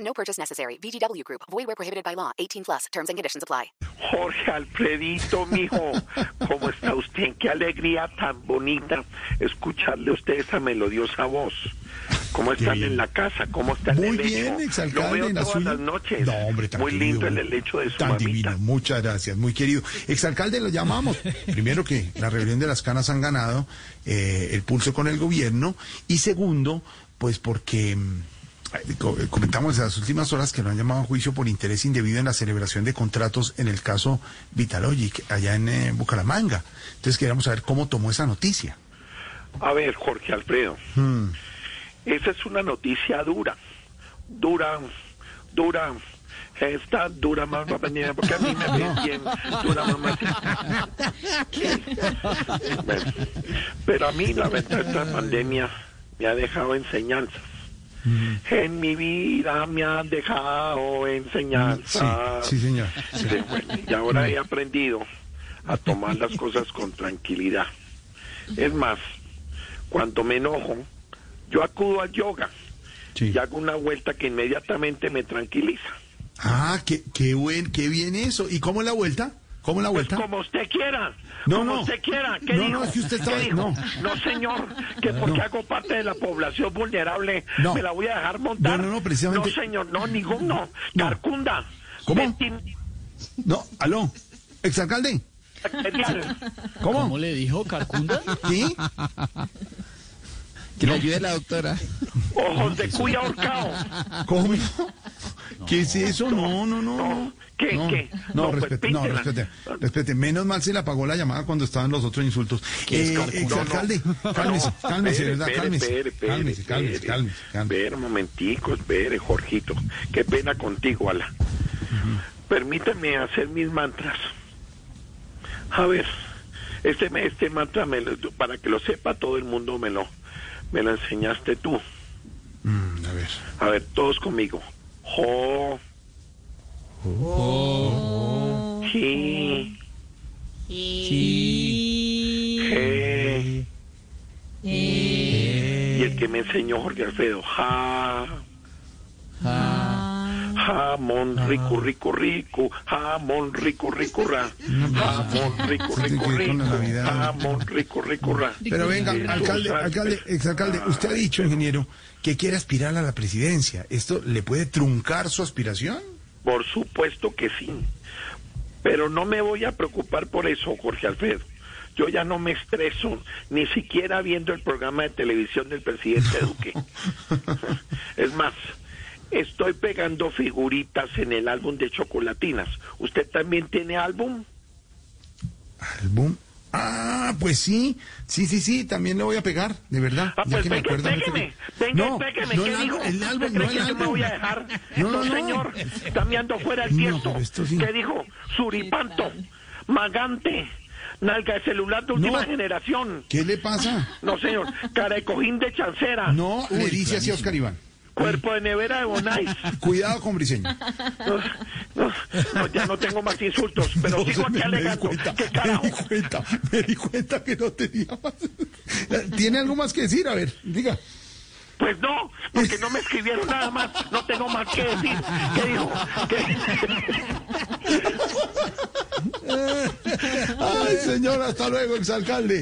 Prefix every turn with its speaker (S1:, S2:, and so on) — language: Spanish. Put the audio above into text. S1: No purchase necessary. VGW Group. Void where prohibited by law. 18 plus. Terms and conditions apply.
S2: Jorge Alfredito, mijo, ¿cómo está usted? Qué alegría tan bonita escucharle a usted esa melodiosa voz. ¿Cómo están en la casa? ¿Cómo están
S3: Muy
S2: el
S3: bien,
S2: hecho?
S3: exalcalde.
S2: Lo veo
S3: en la
S2: todas
S3: suya.
S2: las noches.
S3: No, hombre, tan
S2: Muy
S3: querido,
S2: lindo el helecho de su
S3: Tan
S2: mamita.
S3: divino, muchas gracias, muy querido. Exalcalde, lo llamamos. Primero que la rebelión de las canas han ganado eh, el pulso con el gobierno. Y segundo, pues porque... mm, eh, co- eh, Comentamos en las últimas horas que lo han llamado a juicio por interés indebido en la celebración de contratos en el caso Vitalogic, allá en eh, Bucaramanga. Entonces queríamos saber cómo tomó esa noticia.
S2: A ver, Jorge Alfredo. Esa es una noticia dura. Dura, dura. Esta dura más mañana porque a mí me ven bien. Dura más Bueno, pero a mí la verdad esta pandemia me ha dejado enseñanzas. En mi vida me han dejado Ah,
S3: Sí,
S2: enseñanzas.
S3: sí, señor. Sí.
S2: Sí, bueno, y ahora he aprendido a tomar las cosas con tranquilidad. Es más, cuando me enojo, yo acudo al yoga
S3: Sí.
S2: y hago una vuelta que inmediatamente me tranquiliza.
S3: Ah, qué, qué buen, qué bien eso. ¿Y cómo es la vuelta? ¿Cómo es la
S2: Pues
S3: vuelta?
S2: como usted quiera,
S3: No,
S2: como
S3: no.
S2: usted quiera. ¿Qué
S3: No,
S2: dijo?
S3: no, es que usted
S2: ¿Qué
S3: estaba-
S2: dijo?
S3: no.
S2: señor, que porque hago parte de la población vulnerable,
S3: No.
S2: me la voy a dejar montar.
S3: No, no, no, precisamente-
S2: No, señor, no, ninguno.
S3: No.
S2: Carcunda.
S3: ¿Cómo?
S2: Menti-
S3: No, aló. Exalcalde. ¿Cómo?
S4: ¿Cómo le dijo Carcunda?
S3: ¿Sí?
S5: Que le ayude la doctora.
S2: Ojos de cuya ahorcado.
S3: ¿Cómo? ¿Qué es eso? No, no, no. no.
S2: No. ¿Qué,
S3: no,
S2: qué?
S3: No,
S2: No, pues,
S3: respete, no,
S2: píntela.
S3: respete, respete. Menos mal se le apagó la llamada cuando estaban los otros insultos.
S4: es
S3: Eh,
S4: Carcunda?
S3: exalcalde, cálmese, cálmese,
S2: Espere,
S3: ¿verdad?
S2: espere, espere,
S3: Cálmese,
S2: espere,
S3: cálmese, cálmese,
S2: espere.
S3: cálmese. cálmese.
S2: Espere, momentico, espere, Jorgito. Qué pena contigo, Ala. Permítame hacer mis mantras. A ver, este, me- este mantra, me lo- para que lo sepa todo el mundo, me lo, me lo enseñaste tú.
S3: Mm, a ver.
S2: A ver, todos conmigo. Jo. Ji.
S3: Eh.
S2: Je. Y el que me enseñó Jorge Alfredo. Ja. Jamón rico, rico, rico. Jamón rico, rico, ra. Jamón rico,
S3: Se te
S2: rico,
S3: quedó con la
S2: rico.
S3: Navidad.
S2: Jamón rico, rico, ra. Eh,
S3: Pero venga, alcalde, alcalde, exalcalde, usted ha dicho, ingeniero, que quiere aspirar a la presidencia. ¿Esto le puede truncar su aspiración?
S2: Por supuesto que sí. Pero no me voy a preocupar por eso, Jorge Alfredo. Yo ya no me estreso, ni siquiera viendo el programa de televisión del presidente Duque. es más, estoy pegando figuritas en el álbum de chocolatinas. ¿Usted también tiene álbum?
S3: Álbum. Ah, pues sí, sí, sí, sí, también lo voy a pegar, de verdad.
S2: Ah,
S3: ya
S2: pues
S3: que me
S2: venga,
S3: acuerdo ahorita
S2: pégame,
S3: que-
S2: venga,
S3: no,
S2: pégame,
S3: no
S2: ¿qué
S3: el,
S2: dijo?
S3: álbum, el álbum,
S2: ¿Usted
S3: no
S2: cree
S3: el
S2: que yo
S3: álbum.
S2: me voy a dejar? No,
S3: No, no, no.
S2: señor, está meando fuera
S3: No,
S2: el tiesto.
S3: pero esto sí.
S2: ¿Qué dijo? Suripanto, magante, nalga de celular de última
S3: No.
S2: generación.
S3: ¿Qué le pasa?
S2: No, señor, cara de cojín de chancera,
S3: No, le dice así a Oscar Iván.
S2: cuerpo de nevera de Bonais.
S3: Cuidado con Briseño.
S2: No, no, no, ya no tengo más insultos, pero
S3: No,
S2: sigo aquí
S3: me- me, di
S2: alegando.
S3: cuenta,
S2: ¿Qué
S3: me
S2: carajo?
S3: di cuenta, me di cuenta que no tenía más. ¿Tiene algo más que decir? A ver, diga.
S2: Pues no, porque no me escribieron nada más, no tengo más que decir. ¿Qué dijo? ¿Qué?
S3: Ay, señor, hasta luego, exalcalde.